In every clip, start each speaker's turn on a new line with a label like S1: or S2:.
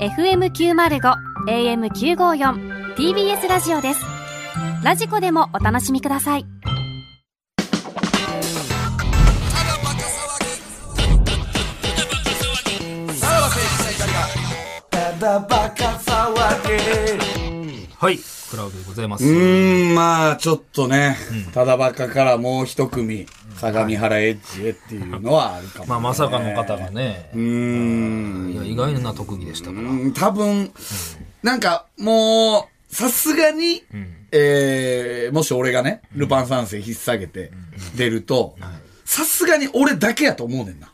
S1: FM905 AM954 TBS ラジオですラジコでもお楽しみください
S2: はい、クラウドでございます。
S3: うーん、まあ、ちょっとね、ただばっかからもう一組、相模原エッジへっていうのはあるかも、ね。
S2: まあ、まさかの方がね、
S3: うーん。
S2: いや、意外な特技でしたから。
S3: 多分、なんか、もう、さすがに、えー、もし俺がね、ルパン三世引っ提げて出ると、さすがに俺だけやと思うねんな。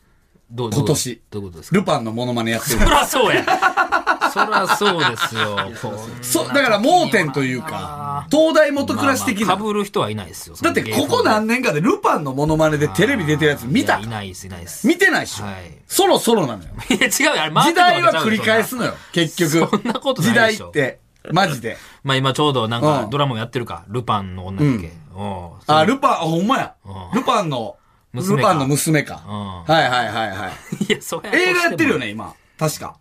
S2: どう
S3: 今年。
S2: どういうことですか
S3: ルパンのモノマネや ってる
S2: そ。らそう や。そらそうですよ。こう
S3: そう、だから盲点というか、東大元暮らし的
S2: まあ
S3: な。
S2: まあ被る人はいないですよ。
S3: だって、ここ何年かでルパンのモノマネでテレビ出てるやつ見た
S2: いやいないです、いないです。
S3: 見てないっしょ、
S2: はい
S3: そろそろなのよ。
S2: いや、違うよ、あれ、
S3: 時代は繰り返す
S2: の。
S3: のよ、結局。
S2: そんなことないでしょ
S3: 時代って、マジで。
S2: まあ、今ちょうどなんか
S3: う、ん
S2: ドラマもやってるか、ルパンの女だっけ。おう
S3: あ、ルパン、あ、ほんまや。ルパンの、
S2: 娘か
S3: ルパンの娘か。
S2: う
S3: はいはいはい はい。
S2: いや、そうや。
S3: 映画やってるよね、今。確か。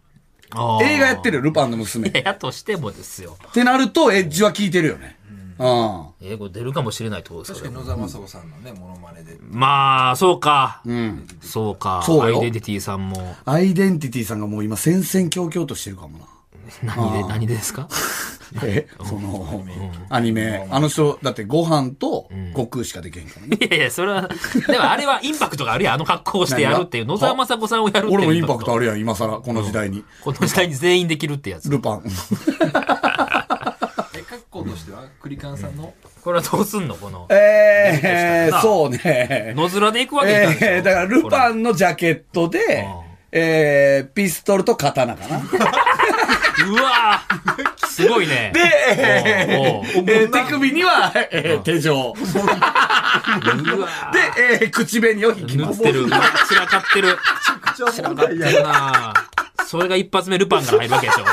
S2: あー。
S3: 映画やってるよ、ルパンの娘。っ
S2: いや、としてもですよ。
S3: てなると、エッジは効いてるよね。うん。
S2: 英語出るかもしれないってことですか
S4: 確
S2: ら
S4: かに野沢雅子さんのね、モノマネで。
S2: まあ、そうか。そうか。
S3: そうよ
S2: アイデンティティさんも。
S3: アイデンティティさんがもう今、戦々恐々としてるかもな。
S2: 何で、何でですか
S3: えその、アニメ。あの人、だってご飯と悟空しかできへんからね。
S2: いやいや、それは、でもあれはインパクトがあるやん。あの格好をしてやるっていう。野
S3: 何が
S2: 沢雅子さんをやるっていう。
S3: 俺もインパクトあるやん、今更、この時代に。
S2: この時代に全員できるってやつ。
S3: ルパン。
S4: え、格好としては、栗ンさんの、
S2: これはどうすんのこの。
S3: え
S2: な
S3: ー、そうね。
S2: 野面で行くわけいかんでしょ
S3: えー、だからルパ
S2: こ
S3: ンのジャケットで
S2: うん、
S3: えー、ピストルと刀か な。
S2: れうわ ぁすごいね。
S3: で、え
S2: お
S3: ーえー手首には、えー、手錠。
S2: うおううわぁ
S3: で、えー、口紅を引きま
S2: 塗っ
S3: す。
S2: てる。うわ散らかってる。散らかってるなぁそれが一発目ルパンから入るわけでしょ。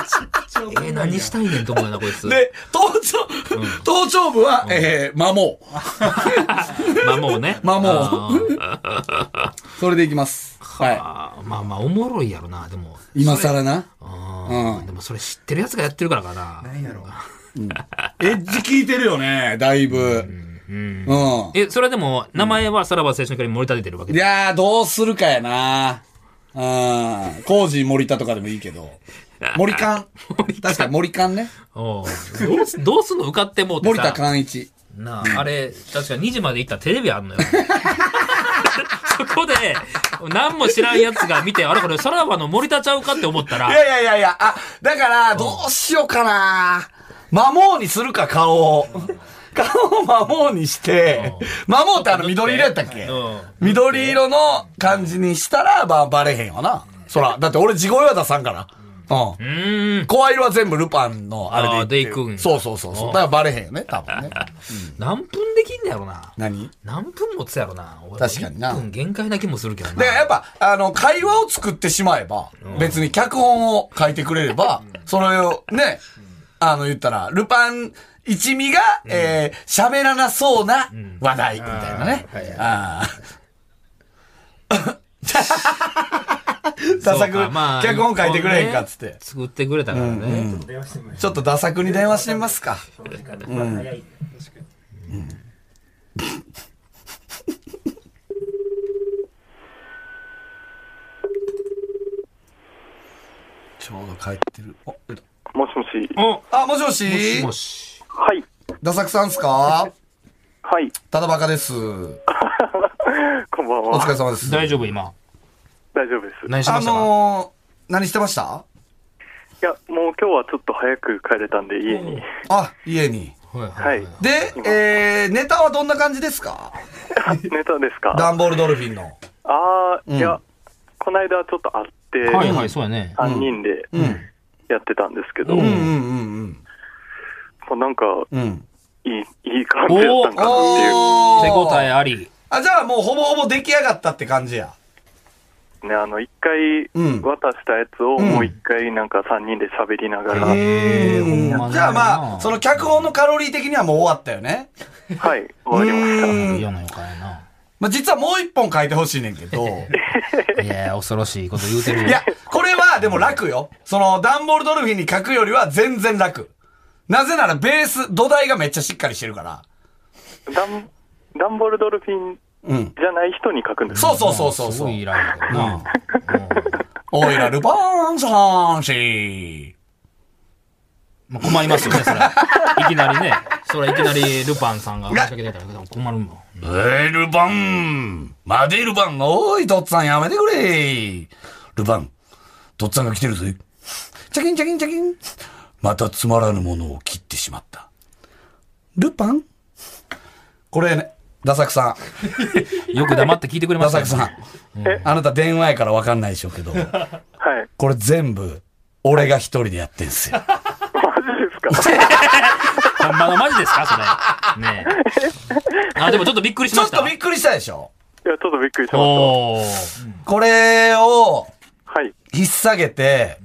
S2: えー、何したいねんと思うよな、こいつ。
S3: で、頭頂、頭頂部は、えー、魔毛。
S2: まあもうね。
S3: 魔毛
S2: あー。
S3: それでいきます。は
S2: あーまあまあ、おもろいやろな、でも。
S3: い。今更な。
S2: うんでもそれ知ってるやつがやってるからかな。
S4: 何やろう。
S3: エッジ効いてるよね、だいぶ。うん。
S2: え、それでも、名前はさらば青春の光に盛り立ててるわけ
S3: い
S2: で。
S3: やー、どうするかやなうん。コージー森田とかでもいいけ ど。森勘。確かに森勘ね。
S2: おうどうすどうすんの受かってもうてさ
S3: 森田勘一。
S2: なあ、あれ、確か2時まで行ったらテレビあんのよ。 そこで、何も知らんやつが見て、あれこれさらばの森田ちゃうかって思った
S3: い
S2: ら、
S3: やいやいやいや、あ、だから、どうしようかな。魔王にするか、顔 を。顔を魔王にして、魔王ってあの緑色やったっけ
S2: うん
S3: 緑色の感じにしたら、まあ、バレへんわな。そら、だって俺地声は出さんから。う。
S2: うんーん、
S3: 声色は全部ルパンのあれで言ってる
S2: あーで行くんや
S3: そうそうそうそう。だからバレへんよね、多分 ね。
S2: 何分できんのやろな。
S3: 何
S2: 何分持つやろな。俺
S3: 確かにな
S2: 1分限界な気もするけどな。
S3: で、やっぱ、あの、会話を作ってしまえば、別に脚本を書いてくれれば、それをね、あの、言ったら、ルパン一味が、えー喋らなそうな話題、みたいなね。あ ーダサく
S2: そうか、まあ
S3: 脚本書いてくれへんかっつっ
S2: 一本ね
S3: て。
S2: 作ってくれたからね。
S3: ちょっとダサくに電話してみますか。ちょうど帰ってる。あ出た
S5: もしもし。
S2: お
S3: あ、もしもし
S2: もし。
S5: はい。
S3: ダサくさんっすか
S5: はい。
S3: ただバカです。
S5: こんばん
S3: お疲れ
S5: は。
S3: 様です。
S2: 大丈夫今。
S5: 大丈夫です。
S2: 何してま
S3: あ
S2: したか、
S3: のー、何してました
S5: いや、もう今日はちょっと早く帰れたんで家に。
S3: あ、家に。
S2: はい
S5: はい。
S3: で、えー、ネタはどんな感じですか
S5: ネタですか
S3: ダンボールドルフィンの。
S5: ああ、いや、この間ちょっと会って、
S2: はいはい、そうやね。
S5: 3人で
S3: うん。
S5: ややってたんですけど、
S2: うん
S3: う
S5: も
S3: んうん
S5: うなんか、
S3: うん。うん。
S5: いい、いい感じやったんかなっていう。
S3: お
S2: 手応
S3: ー
S2: えあり。
S3: あ、じゃあもうほぼほぼ出来上がったって感じや。
S5: ね、あの、一回
S3: うん
S5: 渡したやつを
S3: うん
S5: もう一回なんか3人で喋りながら、
S2: へーほんま
S3: じゃあま
S2: な
S3: あ、その脚本のカロリー的にはもう終わったよね。
S5: はい、終わりました。
S3: うん
S2: いいような予感やな。
S3: まあ実はもう一本書いてほしいねんけ ど。
S2: いや、恐ろしいこと言うてるよ
S3: いや、これはでも楽よ。その、ダンボールドルフィンに書くよりは全然楽。なぜならベース、土台がめっちゃしっかりしてるから。
S5: ダン、ダンボルドルフィン
S3: うん。
S5: じゃない人に書くんです
S3: そうそうそうそう
S2: す
S3: そう
S2: ご。い依頼だな。
S3: おいらルパンさんし。
S2: まあ困りますよね、それ。いきなりね。それいきなりルパンさんが話しかけてきたら困るもん。
S3: えー、ルパンまでルパンおい、とっつぁんやめてくれルパン、とっつぁんが来てるぜ。チャキンチャキンチャキン。またつまらぬものを切ってしまった。ルパンこれね、ダサク さん。
S2: よく黙って聞いてくれま
S3: 田
S2: した
S3: 崎
S2: よ
S3: さん、あなた電話やから分かんないでしょうけど、
S5: はい。
S3: これ全部、俺が一人でやってんすよ。
S5: マジですか
S2: ほんまのマジですかそれ。ね え。あ、でもちょっとびっくり し
S3: ちょっ
S2: ました。
S3: とびっくりしたでしょ
S5: いや、ちょっとびっくりしまし
S2: おー。
S3: これを、
S5: た。はい。
S3: 引っさげて、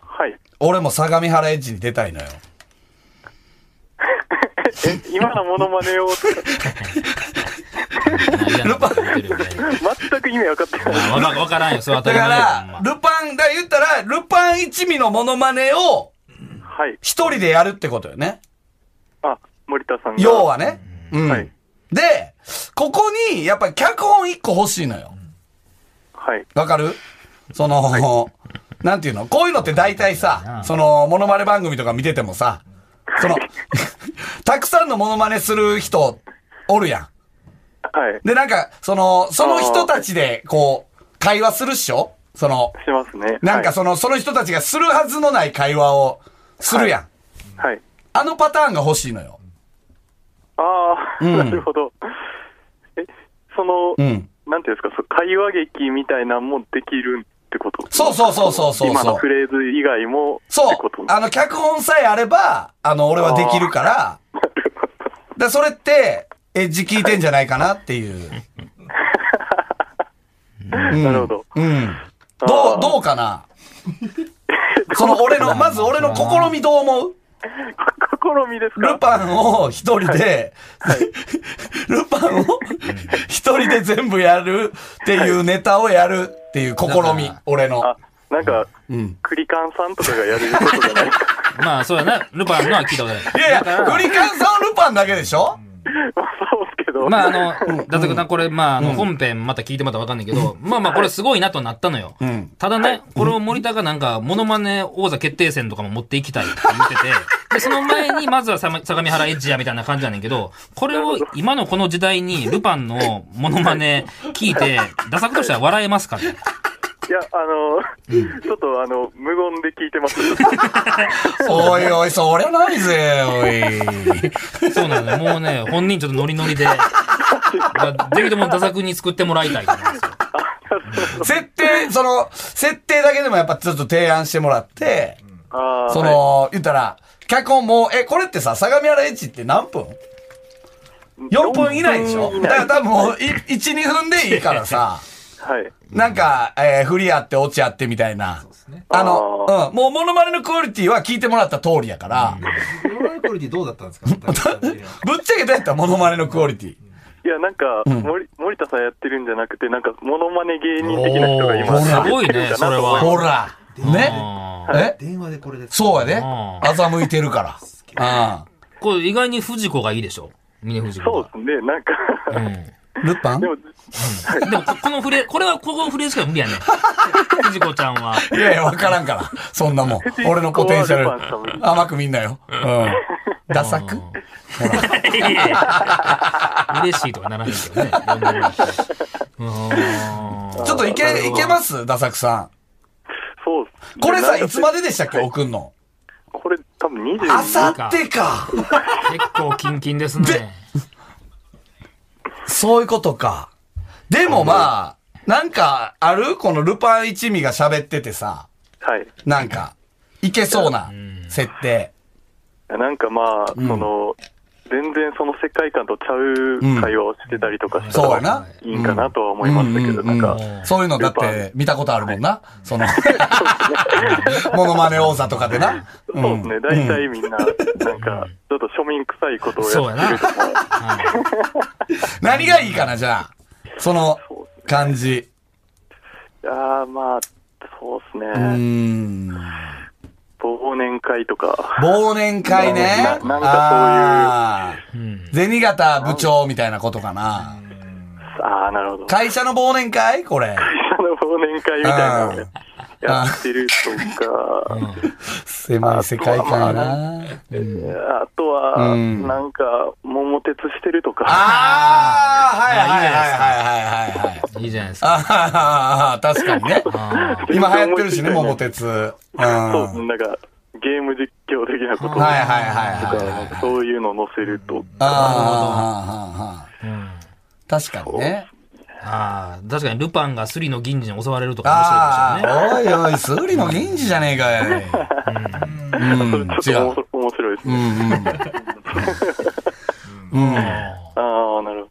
S5: はい。
S3: 俺も相模原エッジに出たいのよ。
S5: え、今のモノマネを使って
S2: ルパン言うてるよね。
S5: 全く意味分かってない。
S2: まあわかわからんよ、それは当
S3: だ
S2: た
S3: か
S2: り前やけどほ
S3: ら、
S2: んま
S3: ルパン、だ言ったら、ルパン一味のモノマネを、
S5: はい。
S3: 一人でやるってことよね。
S5: あ、森田さんが。
S3: 要は。ね。うん。
S5: はい
S3: で、ここに、やっぱり脚本一個欲しいのよ。
S5: はい。
S3: わかるその、なんていうのこういうのって大体さ、その、モノマネ番組とか見ててもさ、その、たくさんのモノマネする人、おるや
S5: はい
S3: ん。。で、なんか、その、その人たちで、こう、会話するっしょその、
S5: しますね。
S3: なんかその、その人たちがするはずのない会話をするやん。
S5: はい。はい。
S3: あのパターンが欲しいのよ。
S5: ああ、
S3: うん
S5: なるほど。え、その、
S3: うん。
S5: なんていうんですか、そう会話劇みたいなんもできるってこと
S3: そうそうそうそうそうそう
S5: 今のフレーズ以外も
S3: そ
S5: って
S3: う
S5: こと。
S3: あの、脚本さえあれば、あの、俺はできるから、 だからそれって、エッジ聞いてんじゃないかなっていう。
S5: なるほど。
S3: うん。どう、どうか なその俺の、まず俺の試みどう思う
S5: 試みですか
S3: ルパンを一人で、 ルパンを一人で全部やるっていうネタをやるっていう試み、俺の。
S5: あ、なんか、
S3: うん。
S5: クリカンさんとかがやることじゃないですか。
S2: まあ、そうやな。ルパンのは聞いたことない。
S3: いやいや、クリカンさんルパンだけでしょ
S5: まあ、そうです けど。
S2: まああの、だってこれ、まああの、本編また聞いてまたわかんないけど、まあまあこれすごいなとなったのよ
S3: ん。
S2: ただね、これを森田がなんか、モノマネ王座決定戦とかも持っていきたいって言ってて、で、その前にまずはさま相模原エッジやみたいな感じやねんけど、これを今のこの時代にルパンのモノマネ聞いて、ダサくとしては笑えますかね。
S5: いや、あの、ちょっとあの、無言で聞いて ます。
S3: おいおい、そりゃないぜ、おい。
S2: そうなのよ。もうね、本人ちょっとノリノリで、だからぜひともダサくに作ってもらいたいと思うんですよ。
S3: 設定、その、設定だけでもやっぱちょっと提案してもらって、
S5: ああ、
S3: そ
S5: は
S3: の、言ったら、脚本も、え、これってさ、相模原エッジって何分
S5: い
S3: ?4 分以内でしょ
S5: 四分以
S3: だ
S5: 内
S3: から多分もう、1、2分でいいからさ、
S5: はい。
S3: なんか、えー振り合って落ち合ってみたいな。あの、うん、もうモノマネのクオリティは聞いてもらった通りやから、
S4: モノマネクオリティどうだったんで すかお互いの関係は
S3: ぶっちゃけどうやったモノマネのクオリティ。
S5: いや、なんか、森森田さんやってるんじゃなくて、なんか、モノマネ芸人的な人が今
S2: おーすごいね、それは。
S3: ほら、ね。
S2: あー
S3: え
S4: 電話でこれです
S3: そうやで、
S2: ん
S3: 欺いてるから。うん。
S2: これ意外に藤子がいいでしょ峰藤子
S5: そう
S2: が
S5: で。すね、なんか、
S3: ルパン
S5: でも、
S2: でもこ、このフレ、これは、ここのフレーズしか無理やね。藤子ちゃんは。
S3: いやいや、わからんから。そんなもん。俺のポテンシャ
S5: ルパンさんもいい
S3: ル。甘く見んなよ。うん。ダサく
S2: いやいや嬉しいとかならないけどね。呼んでもらってうーん
S3: ちょっといけ、いけますダサくさ
S5: そうっす
S3: ん。これさ、いつま
S5: で
S3: ででしたっけ送んの。
S5: これ、多分20
S3: あさってか。
S2: 結構キンキンですね。
S3: そういうことか。でもまあ、なんか、あるこのルパン一味が喋っててさ、
S5: はい。
S3: なんか、いけそうな設定。
S5: やなんかまあ、その、全然その世界観とちゃう会話をしてたりとかした
S3: そうやな
S5: ら、いいんかなとは思いましたけど、なんか、
S3: そういうのだって見たことあるもんな。その、 モノマネ王座とかでな。
S5: そうですね、大体みんな、なんか、ちょっと庶民臭いことを
S2: そう
S5: や
S2: や
S5: っ
S2: な。
S3: 何がいいかな、じゃあ。その感じ。
S5: て、ああ、まあ、そうですね、
S3: うーん。
S5: 忘年会とか、
S3: 忘年会ね。
S5: ななん
S3: あ
S5: か
S3: あ
S2: うん。
S3: 銭形部長みたいなことかな。
S5: ああ、なるほど。
S3: 会社の忘年会これ。
S5: あの忘年会みたいなのを
S3: うん
S5: やってるとか、
S3: 狭い世界観やな。
S5: あとは、
S3: うん
S5: なんか、桃鉄してるとか、
S3: ああはいはいはいはいはいはい。
S2: いいじゃないですか。
S3: ああ、確かにね。今流行ってるしね、桃鉄。うん。
S5: そう
S3: は
S5: ですね、なんか、ゲーム実況的なこ
S3: い
S5: とと
S3: はい
S5: か、
S3: はいはい。
S5: なんかそういうの載せると
S3: ああ、はあはあ確かにね。
S2: ああ、確かにルパンがスリの銀次に襲われるとか面白い
S3: あ
S2: でしょうね。
S3: あ、おいおい、スーリの銀次じゃねえかよ。うん、うん違
S5: ちょっ
S3: う。
S5: と面白いです
S3: う
S5: ね。
S3: ん、うん。うん。
S5: ああ、なる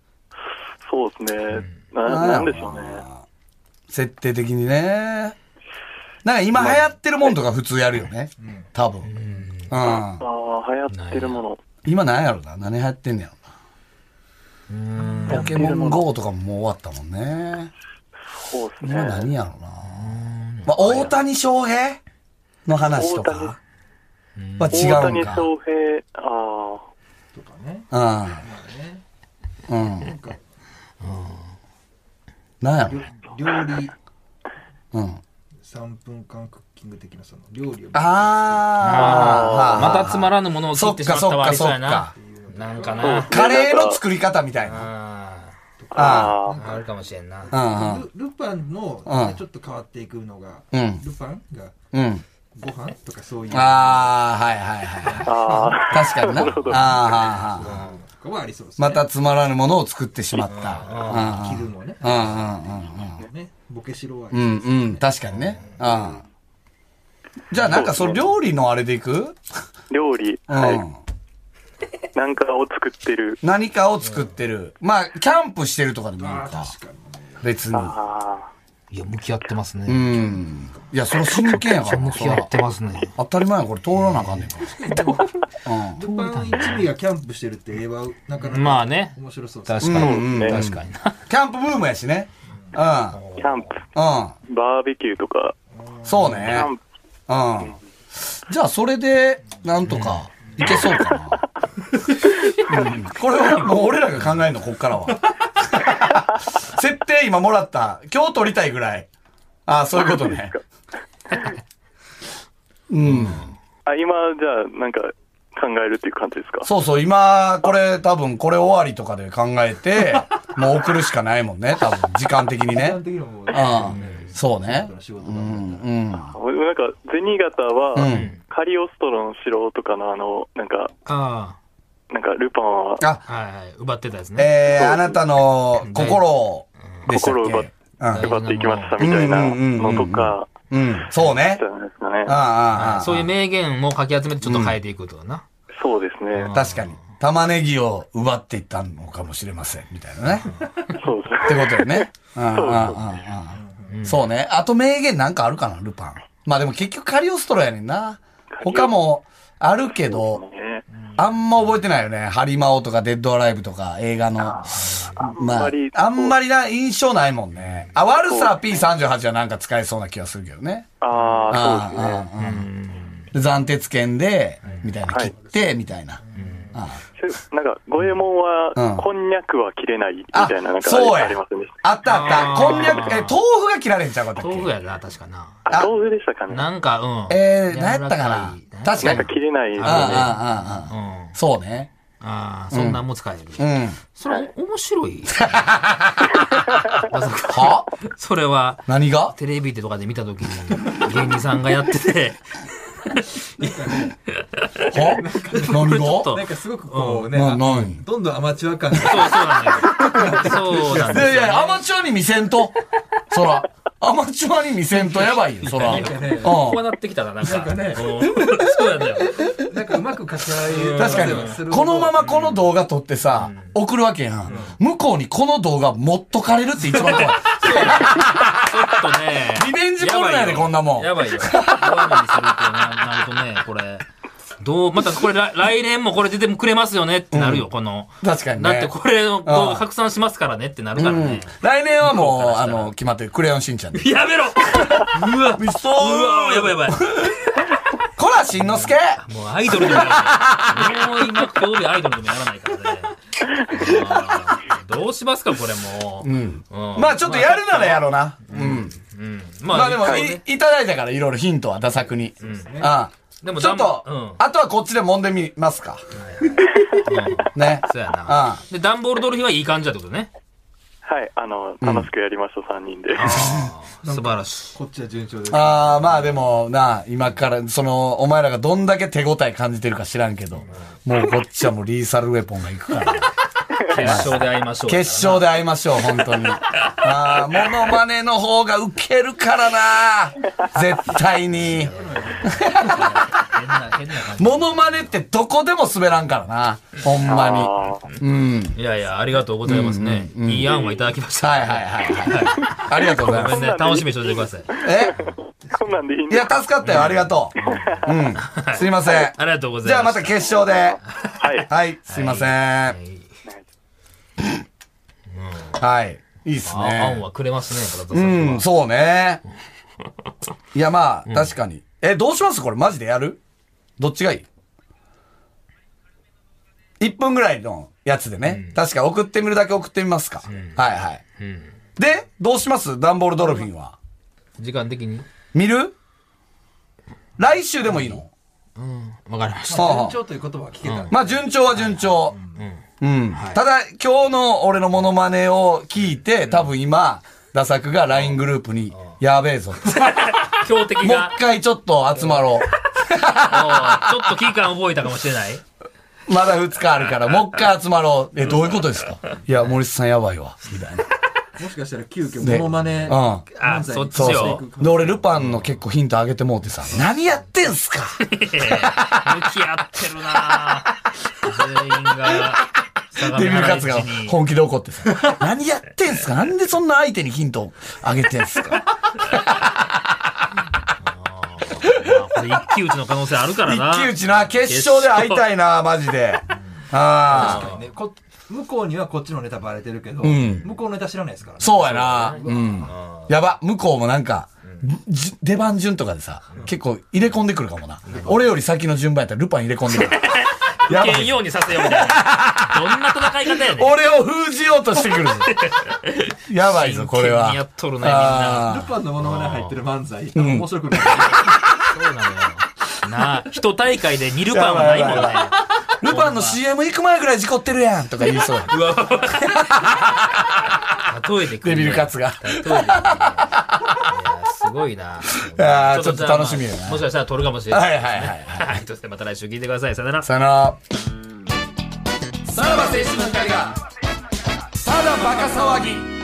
S5: ほど。そうですね。ななんでしょうね。
S3: 設定的にね。なんか今流行ってるもんとか普通やるよね。多分。うん。
S5: ああ、流行ってるもの。
S3: 今何やろな何流行ってんねやろなポケモン GO とかももう終わったもんね。
S5: そうです
S3: 今
S5: ね。
S3: 何やろなまあ、大谷翔平の話とかは違
S5: 大
S3: う
S5: 谷
S3: んか。
S5: 翔平、あ
S3: うん。うん。うん。何やろ
S4: 料理
S3: うん。
S4: 3分間クッキング的なその料理を
S3: あーあー。
S2: またつまらぬものを
S3: そ
S2: 作
S3: っ
S2: って
S3: か
S2: しまった
S3: そっ
S2: わ
S3: か
S2: ありそう
S3: そ
S2: や
S3: っか
S2: な。。なんかな。
S3: カレーの作り方みたいな。
S2: あ
S5: あ、あ
S2: あ、あるかもしれんな。
S3: うんうん。
S4: ルルパンの
S3: うん
S4: ちょっと変わっていくのが、
S3: うん
S4: ルパンが
S3: うん。
S4: ご飯とかそういうの
S3: ああ、はいはいはい。
S5: あ、ああ、
S3: 確かにな。あーあー、あー
S4: とかはありそうですね。
S3: またつまらぬものを作ってしまった。
S4: 着るのね。
S3: うん
S4: ねボケしろはあり
S3: う
S4: そうん
S3: うんうん。うんうん、確かにね。うん。じゃあなんかその料理のあれでいく
S5: 料理、
S3: う
S5: はい。
S3: ん。
S5: なんかを作ってる。
S3: 何かを作ってる。まあ、キャンプしてるとかでもいい
S4: あ
S3: か
S4: ー。確かに
S3: 別に。
S5: あ
S2: いや、向き合ってます
S3: う
S2: ね。
S3: ん。いや、それ真剣やからな
S2: 向
S3: そ
S2: き
S3: れ
S2: 合
S3: は
S2: ってますね。
S3: 当たり前や、これ通らなあかんねんか
S4: ルパン一味がキャンプしてるって映画はなかなか
S2: まあね。
S4: 面白そうですね。
S2: 確かに。
S3: うんうん
S2: 確かにな。
S3: キャンプブームやしね。うん。
S5: あ、キャンプ、
S3: う
S5: バーベキューとか、
S3: ん。そう
S5: キ
S3: ね
S5: ャ。ンプ、
S3: うん。じゃあ、それで、なんとか、いけそうかな。うん、 これはもう俺らが考えるの、こっ からは。設定今もらった。今日撮りたいぐらい。ああ、そういうことね。うん。
S5: あ、今、じゃあ、なんか、考えるっていう感じですか
S3: そうそう、今、これ多分、これ終わりとかで考えて、 もう送るしかないもんね、多分、時間的に
S4: 基
S3: ね。
S4: 本的にはもう
S3: うん。そうね。
S4: 仕事
S3: う
S4: が
S3: ん、
S4: 終わっ
S3: うん。
S5: 俺なんか、銭形は、
S3: うん
S5: カリオストロの城とかのあの、なんか、
S2: あ
S5: なんか、ルパンは、
S3: あ、
S2: あ。はいはい。奪ってたですね。
S3: えー、あなたの心を、でしたっけ
S5: 心を奪っ
S3: うん
S5: 奪っていきましたみたいなのとか、
S3: うん、そうね
S5: じ。ゃないですかね
S3: あ。あ、ああ、
S2: そういう名言をかき集めてちょっと変えていくとはな。
S5: そうですね。
S3: 確かに。玉ねぎを奪っていったのかもしれません、みたい なね。っ
S5: そうですね。
S3: てことよね。うん、うん、うん、うんうん。そうね。あと名言なんかあるかな、ルパン。まあでも結局カリオストロやねんな。他もあるけど、
S5: ね
S3: あんま覚えてないよね。ハリマオとかデッドアライブとか映画の。まあ
S5: まり、
S3: あんまりな、印象ないもんね。あ、悪さ P38 はなんか使えそうな気がするけどね。
S5: ああ、そうですね。
S3: ああ、うん。暫定権で、みたいな、切って、みたいな。
S5: なんか、五右衛門は、
S3: うん
S5: こんにゃくは切れないみ
S3: あ
S5: たいな、なん、か
S3: そう
S5: あ
S3: や
S5: りませんでし。
S3: あったあっ
S2: あ
S3: た。
S2: ー
S3: こんにゃく、え、豆腐が切られんちゃうかったっ
S2: 豆腐
S3: け
S2: やな、確かな。
S5: た。あ、豆腐でしたかね。な
S2: なんか、うん。
S3: えー、何やったか
S2: 柔ら
S3: な
S2: かい
S3: 確か
S5: ん
S3: に。
S5: か切れない。
S3: ああ、
S5: あ
S3: ああ、ああ。
S2: うん。
S3: そうね。
S2: ああ、そんなんも使える。
S3: うん。
S2: それ、面 白い。
S3: は
S2: それは、
S3: 何 が
S2: テレビでとかで見たときに、芸人さんがやって て、
S3: は何
S2: ちょっ
S3: が
S2: と
S4: なんかすごくこうね、
S3: な、何
S4: どんどんアマチュア感が
S2: そう、そうなんだよ。そうなん
S3: い
S2: ですよ
S3: やいや、アマチュアに見せんと。そら。アマチュアに見せんとやばいよ、そら。 うん。
S2: こうなってきたらなんか。うんそうやねよ。
S4: なんかうまく書き合い
S3: 確かに。このままこの動画撮ってさ、送るわけやん。向こうにこの動画持っとかれるって一番怖い。
S2: ちょっとね。
S3: リベンジポルノやで
S2: ばいよ
S3: こんなもん
S2: やばいよ。ドアにするってななるとね、これ。どう、またこれ来来年もこれ出てくれますよねってなるよ、この。
S3: 確かにね
S2: だってこれをこ
S3: う
S2: うん拡散しますからねってなるからね。
S3: 来年はもう、あの、決まってる。クレヨンしんちゃんで。
S2: やめろうわ
S3: うそう
S2: わやばいやばい。
S3: こら、しんのすけ
S2: もうアイドルでもやらない。もう今、今日でアイドルでもやらないからね。あーどうしますか、これもう。うん。
S3: まあちょっとやるならやろうな。うん。
S2: ま
S3: まあでも、
S2: 一回ね
S3: いいただいたから、いろいろヒントは、ダサくに。あ
S2: で
S3: あ
S2: も
S3: ちょっと
S2: うん、
S3: あとはこっちで揉んでみますか。ね。
S2: そうやな
S3: あ。
S2: で、ダンボールドルフィはいい感じだってことね。
S5: はい、あの、楽しくやりました、3人で。
S2: 素晴らしい。
S4: こっちは順調です。
S3: ああ、まあでも、なあ、今から、その、お前らがどんだけ手応え感じてるか知らんけど、もうこっちはもうリーサルウェポンが行くから。
S2: 決勝で会いましょう。
S3: 決勝で会いましょう、本当に。ああ、モノマネの方がウケるからな絶対に。
S2: 変な、変な感
S3: モノマネってどこでも滑らんからな。ほんまに。
S5: あー
S3: うん。はい
S2: じ。いやいや、ありがとうございますね。いい案はいただきました。
S3: はいはいはい。ありがとうござい
S2: ご
S3: ます
S2: めんね。楽しみにしておいてください。
S3: え
S5: こんなんでいいん
S3: い
S5: です
S3: や、
S5: か
S3: 助かったよ。ありがとう。うん。すいません。
S2: ありがとうございます。
S3: じゃあまた決勝で。
S5: はい。
S3: はい、すいません。はい。いいっす
S2: あ案
S3: ね。
S2: はくれますね、
S3: うん、そうね。いや、まあ、確かに。え、どうしますこれ、マジでやるどっちがいい ?1 分ぐらいのやつでね。確かに送ってみるだけ送ってみますか。はいはい。で、どうしますダンボールドルフィンは。
S2: 時間的に。
S3: 見る来週でもいいの
S2: わかりました。
S3: はあは
S4: 順
S3: あ
S4: 調という言葉は聞けたんで
S3: まあ、順調は順調。うん。ただ、今日の俺のモノマネを聞いて、多分今、ダサクが LINE グループに、やべえぞ。
S2: 強敵
S3: もう
S2: が
S3: 一、回ちょっと集まろ
S2: あーちょっと危機感覚えたかもしれない。
S3: う。まだ2日あるから、もう一回集まろう。え、どういうことですかいや、森下さんやばいわ。みたいな。
S4: もしかしたら急遽モノマネ
S3: うん。
S2: あ、
S4: 漫才
S2: そっち
S3: そう
S2: を
S3: そ。う。で、俺、ルパンの結構ヒントあげてもうてさ、何やってんすか
S2: ええ向き合ってるなぁ全員が、相模
S3: デビル
S2: 原
S3: カ
S2: 市
S3: ツが
S2: に
S3: 本気で怒ってさ、何やってんすかなんでそんな相手にヒントあげてんすか
S2: まあこれ一騎打ちの可能性あるからな
S3: 一騎打ちな、決勝で会いたいな、マジ で。ああ。
S4: 確かにねこ向こうにはこっちのネタバレてるけど、
S3: ん
S4: 向こうのネタ知らないですからね
S3: そうやな。うん。やば、向こうもなんか、じ出番順とかでさ、結構入れ込んでくるかもな。俺より先の順番やったらルパン入れ込んでく る。やば
S2: 受けん
S3: い。
S2: ようにさせようみたいな。どんな戦い方やねん。
S3: 俺を封じようとしてくるぞ。 やばいぞ、これ
S2: 真剣
S3: は
S2: にや。っとるね、みんな。
S4: ル
S3: あ
S4: パンのモノマネ入ってる漫才、面白くない。
S2: なあ、一大会で2ルパンはないもん
S3: やばいや
S2: ね。
S3: ールパンの CM 行く前ぐらい事故ってるやんとか言い そうや。
S2: うわ。例えてく
S3: デ
S2: る、ね。
S3: ビルカツが。
S2: 例えてくるね、いやすごい な。
S3: やーちょっと
S2: じゃあ
S3: 楽しみやな
S2: もしかしたら撮るかもしれ
S3: は
S2: ないい。
S3: はいはい。
S2: はい。としてまた来週聞いてください。さよなら。
S3: さよなら。さらば青春の光が、ただバカ騒ぎ。